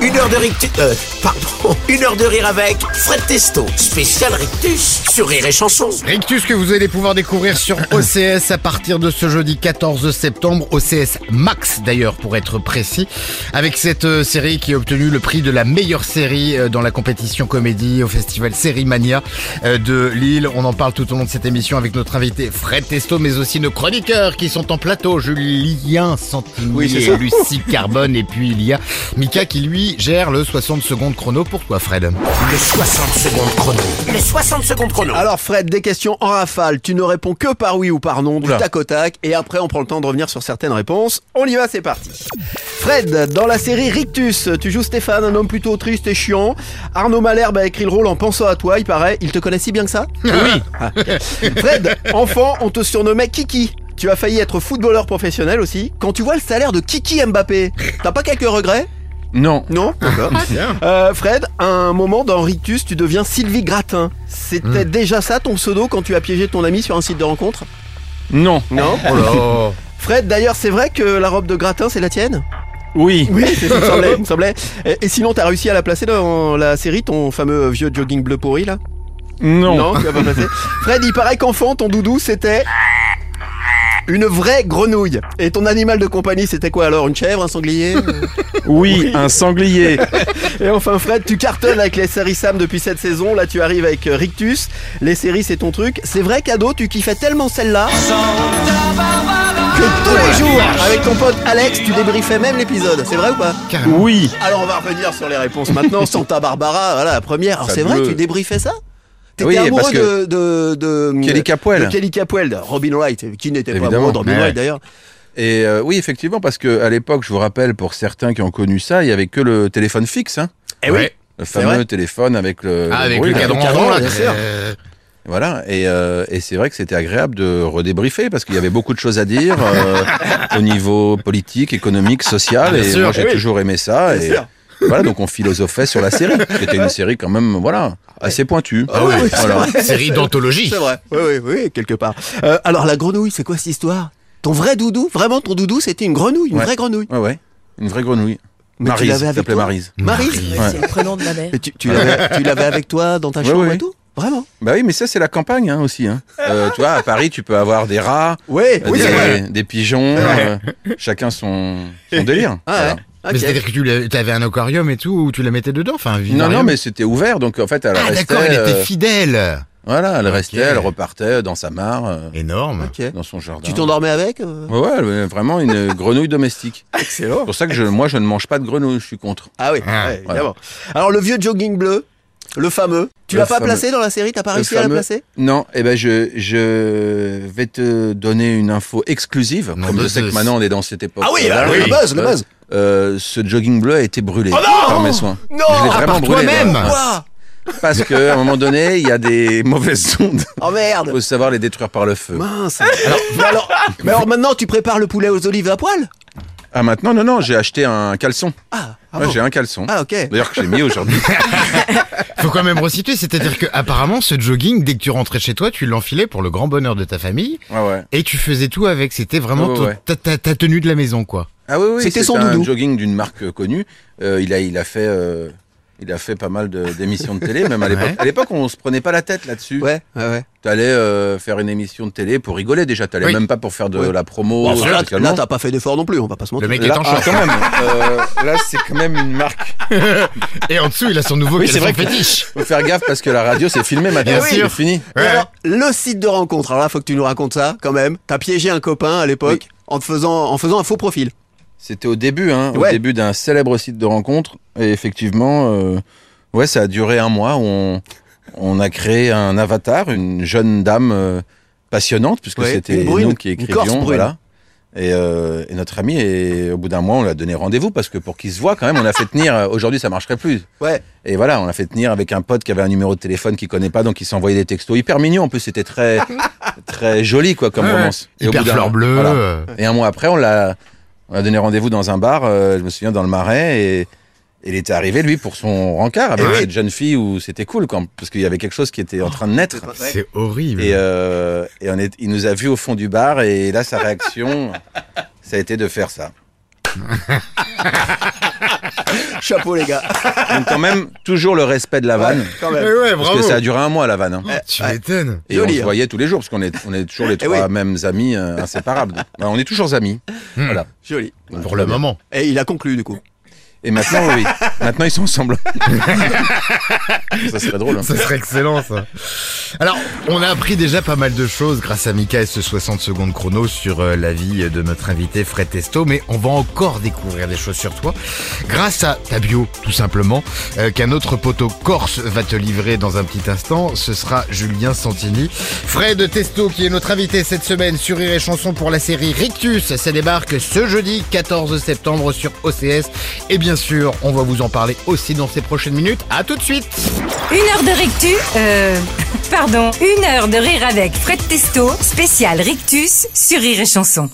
Une heure de rictus. Euh, pardon, une heure de rire avec Fred Testo, spécial rictus sur Rire et Chanson. Rictus que vous allez pouvoir découvrir sur OCS à partir de ce jeudi 14 septembre, OCS Max d'ailleurs pour être précis, avec cette euh, série qui a obtenu le prix de la meilleure série euh, dans la compétition comédie au festival Série Mania euh, de Lille. On en parle tout au long de cette émission avec notre invité Fred Testo, mais aussi nos chroniqueurs qui sont en plateau, Julien Santini Oui, c'est et ça. Lucie Carbone, et puis il y a Mika qui lui gère le 60 secondes chrono. Pourquoi Fred Le 60 secondes chrono. Le 60 secondes chrono. Alors Fred, des questions en rafale. Tu ne réponds que par oui ou par non, du Oula. tac au tac. Et après, on prend le temps de revenir sur certaines réponses. On y va, c'est parti. Fred, dans la série Rictus, tu joues Stéphane, un homme plutôt triste et chiant. Arnaud Malherbe a écrit le rôle en pensant à toi, il paraît. Il te connaît si bien que ça Oui. Fred, enfant, on te surnommait Kiki. Tu as failli être footballeur professionnel aussi. Quand tu vois le salaire de Kiki Mbappé, t'as pas quelques regrets Non. Non D'accord. Euh, Fred, à un moment dans Rictus, tu deviens Sylvie Gratin. C'était déjà ça ton pseudo quand tu as piégé ton ami sur un site de rencontre Non. Non Oh là Fred, d'ailleurs, c'est vrai que la robe de Gratin, c'est la tienne Oui. Oui, c'est ce qui me semblait. il me semblait. Et, et sinon, t'as réussi à la placer dans la série, ton fameux vieux jogging bleu pourri là Non. tu l'as pas placé. Fred, il paraît qu'enfant, ton doudou, c'était. Une vraie grenouille. Et ton animal de compagnie, c'était quoi alors Une chèvre, un sanglier Oui, un sanglier. Et enfin Fred, tu cartonnes avec les séries Sam depuis cette saison, là tu arrives avec euh, Rictus, les séries c'est ton truc. C'est vrai cadeau, tu kiffais tellement celle-là que tous les jours, avec ton pote Alex, tu débriefais même l'épisode, c'est vrai ou pas Carrément. oui. Alors on va revenir sur les réponses maintenant, Santa Barbara, voilà la première. Alors c'est vrai, Fabuleux. tu débriefais ça T'étais Oui, amoureux parce que- de, de, de- Kelly Capwell. de Kelly Capwell, de Robin Wright, qui n'était pas Évidemment. amoureux de Robin Mais ouais. Wright d'ailleurs. Et euh, oui, effectivement, parce que à l'époque, je vous rappelle, pour certains qui ont connu ça, il y avait que le téléphone fixe, hein. Eh oui, Ouais. Le vrai. fameux téléphone avec le, Ah, avec bruit, le là. cadran, cadran, rond, là, bien sûr. euh, Voilà. Et, euh, et c'est vrai que c'était agréable de redébriefer parce qu'il y avait beaucoup de choses à dire euh, au niveau politique, économique, social. Bien et sûr, moi, j'ai oui. toujours aimé ça. bien et sûr. voilà, donc on philosophait sur la série. C'était une série quand même, voilà, assez pointue. Ah oui, oui, c'est Voilà. vrai. Série d'anthologie. C'est vrai. Oui, oui, oui, quelque part. Euh, alors la grenouille, c'est quoi cette histoire Ton vrai doudou, vraiment ton doudou, c'était une grenouille, une Ouais. vraie grenouille. Ouais, ouais. Une vraie grenouille. Mais tu Maryse, l'avais elle avec s'appelait toi Maryse. Marie. Ouais. C'est le prénom de ma mère. Mais tu, tu l'avais, tu l'avais avec toi dans ta Ouais, chambre ouais. et tout Vraiment Bah oui, mais ça, c'est la campagne hein, aussi. Hein. Euh, tu vois, à Paris, tu peux avoir des rats, Ah, Ouais, euh, Oui, c'est vrai. des, des pigeons, euh, chacun son, son délire. Ah ouais. Voilà. Ok. Mais c'est-à-dire que tu l'as- t'avais un aquarium et tout, où tu la mettais dedans enfin, un Non, vivarium. non, mais c'était ouvert, donc en fait, elle Ah, restait. d'accord, il euh, était fidèle. voilà, elle restait, Ok. elle repartait dans sa mare, euh, Énorme. Ok. dans son jardin. Tu t'endormais avec euh Ouais, ouais, elle est vraiment une grenouille domestique. C'est Excellent. pour ça que je, moi, je ne mange pas de grenouille, je suis contre. Ah oui, Ah, ouais, évidemment. Alors le vieux jogging bleu, le fameux, tu Le l'as pas fameux. placé dans la série T'as pas Le réussi à la fameux. placer Non, eh ben je, je vais te donner une info exclusive. Non, comme de je sais que Zeus. maintenant on est dans cette époque. euh, Ah oui, Voilà, ah oui, le buzz, le buzz. Oh Euh, ce jogging bleu a été brûlé par mes soins. Non Ah, je l'ai vraiment par brûlé. toi-même. ouais. Ouah Parce que à un moment donné, il y a des mauvaises ondes. Oh Il merde faut savoir les détruire par le feu. Mince alors, mais alors, mais alors maintenant tu prépares le poulet aux olives à poil Ah maintenant, non, non, j'ai acheté un caleçon. Ah, ah Ouais, bon. j'ai un caleçon. Ah ok. D'ailleurs que j'ai mis aujourd'hui. Faut quand même resituer, c'est-à-dire que apparemment ce jogging, dès que tu rentrais chez toi, tu l'enfilais pour le grand bonheur de ta famille Ouais, ouais. et tu faisais tout avec. C'était vraiment Ouais, ton- ouais. ta, ta- ta tenue de la maison, quoi. Ah oui, oui, C'était c'est son un doudou. jogging d'une marque euh, connue. Euh, il a, il a fait, euh, il a fait pas mal de- d'émissions de télé, même à l'époque. Ouais. À l'époque, on se prenait pas la tête là-dessus. Ouais, ouais, ouais. T'allais euh, faire une émission de télé pour rigoler déjà. T'allais Oui. même pas pour faire de Oui. la promo. euh, Bon, enfin, là, t- spécialement. là, t'as pas fait d'effort non plus, on va pas se mentir. Le mec est Là, en ah, short. quand même. Euh, là, c'est quand même une marque. Et en dessous, il a son nouveau Oui, c'est caleçon vrai que- fétiche. Faut faire gaffe parce que la radio, c'est filmé maintenant. Bien c'est sûr. fini. Et Ouais. alors, le site de rencontre, alors là, faut que tu nous racontes ça quand même. T'as piégé un copain à l'époque en, te faisant, en faisant un faux profil. C'était au début, hein, Ouais. au début d'un célèbre site de rencontre. Et effectivement, euh, ouais, ça a duré un mois. On, on a créé un avatar, une jeune dame euh, passionnante, puisque Ouais, c'était une brune, nous qui une Corse écrivions. brune. Voilà. Et, euh, et notre ami, et au bout d'un mois, on l'a donné rendez-vous parce que pour qu'il se voit, quand même, on a fait tenir. euh, Aujourd'hui, ça marcherait plus. Ouais. Et voilà, on l'a fait tenir avec un pote qui avait un numéro de téléphone qu'il connaît pas, donc il s'envoyait des textos hyper mignons. En plus, c'était très, très joli, quoi, comme Ouais, romance. Et au Hyper bout d'un- fleur bleue. voilà. euh, Et un mois après, on l'a, on a donné rendez-vous dans un bar, euh, je me souviens, dans le Marais, et, Il était arrivé, lui, pour son rencard Ah avec Eh oui. cette jeune fille où c'était cool, quand, parce qu'il y avait quelque chose qui était en Ah, train de naître. C'est horrible. Et, euh, et on est, il nous a vus au fond du bar, et là, sa réaction, ça a été de faire ça. Chapeau les gars. Donc, quand même, toujours le respect de la vanne. Quand Eh même. ouais, Parce bravo. que ça a duré un mois, la vanne. hein. Tu Ouais. m'étonnes. Et Joli, on se hein. voyait tous les jours, parce qu'on est, on est toujours les Eh trois oui. mêmes amis euh, inséparables. Donc, bah, on est toujours amis. Hmm. Voilà. Joli. Pour le moment. Et il a conclu du coup. Et maintenant, oui. Maintenant, ils sont ensemble. ça serait drôle. hein. Ce serait excellent ça. Alors, on a appris déjà pas mal de choses grâce à Mika et ce 60 secondes chrono sur euh, la vie de notre invité Fred Testo, mais on va encore découvrir des choses sur toi grâce à ta bio, tout simplement, euh, qu'un autre poteau corse va te livrer dans un petit instant. Ce sera Julien Santini. Fred Testo, qui est notre invité cette semaine sur Rire et Chanson pour la série Rictus, ça débarque ce jeudi 14 septembre sur OCS. Et bien sûr, on va vous en parler aussi dans ces prochaines minutes. À tout de suite Une heure de rectu, euh, pardon, une heure de rire avec Fred Testo, spécial Rictus sur Rire et Chanson.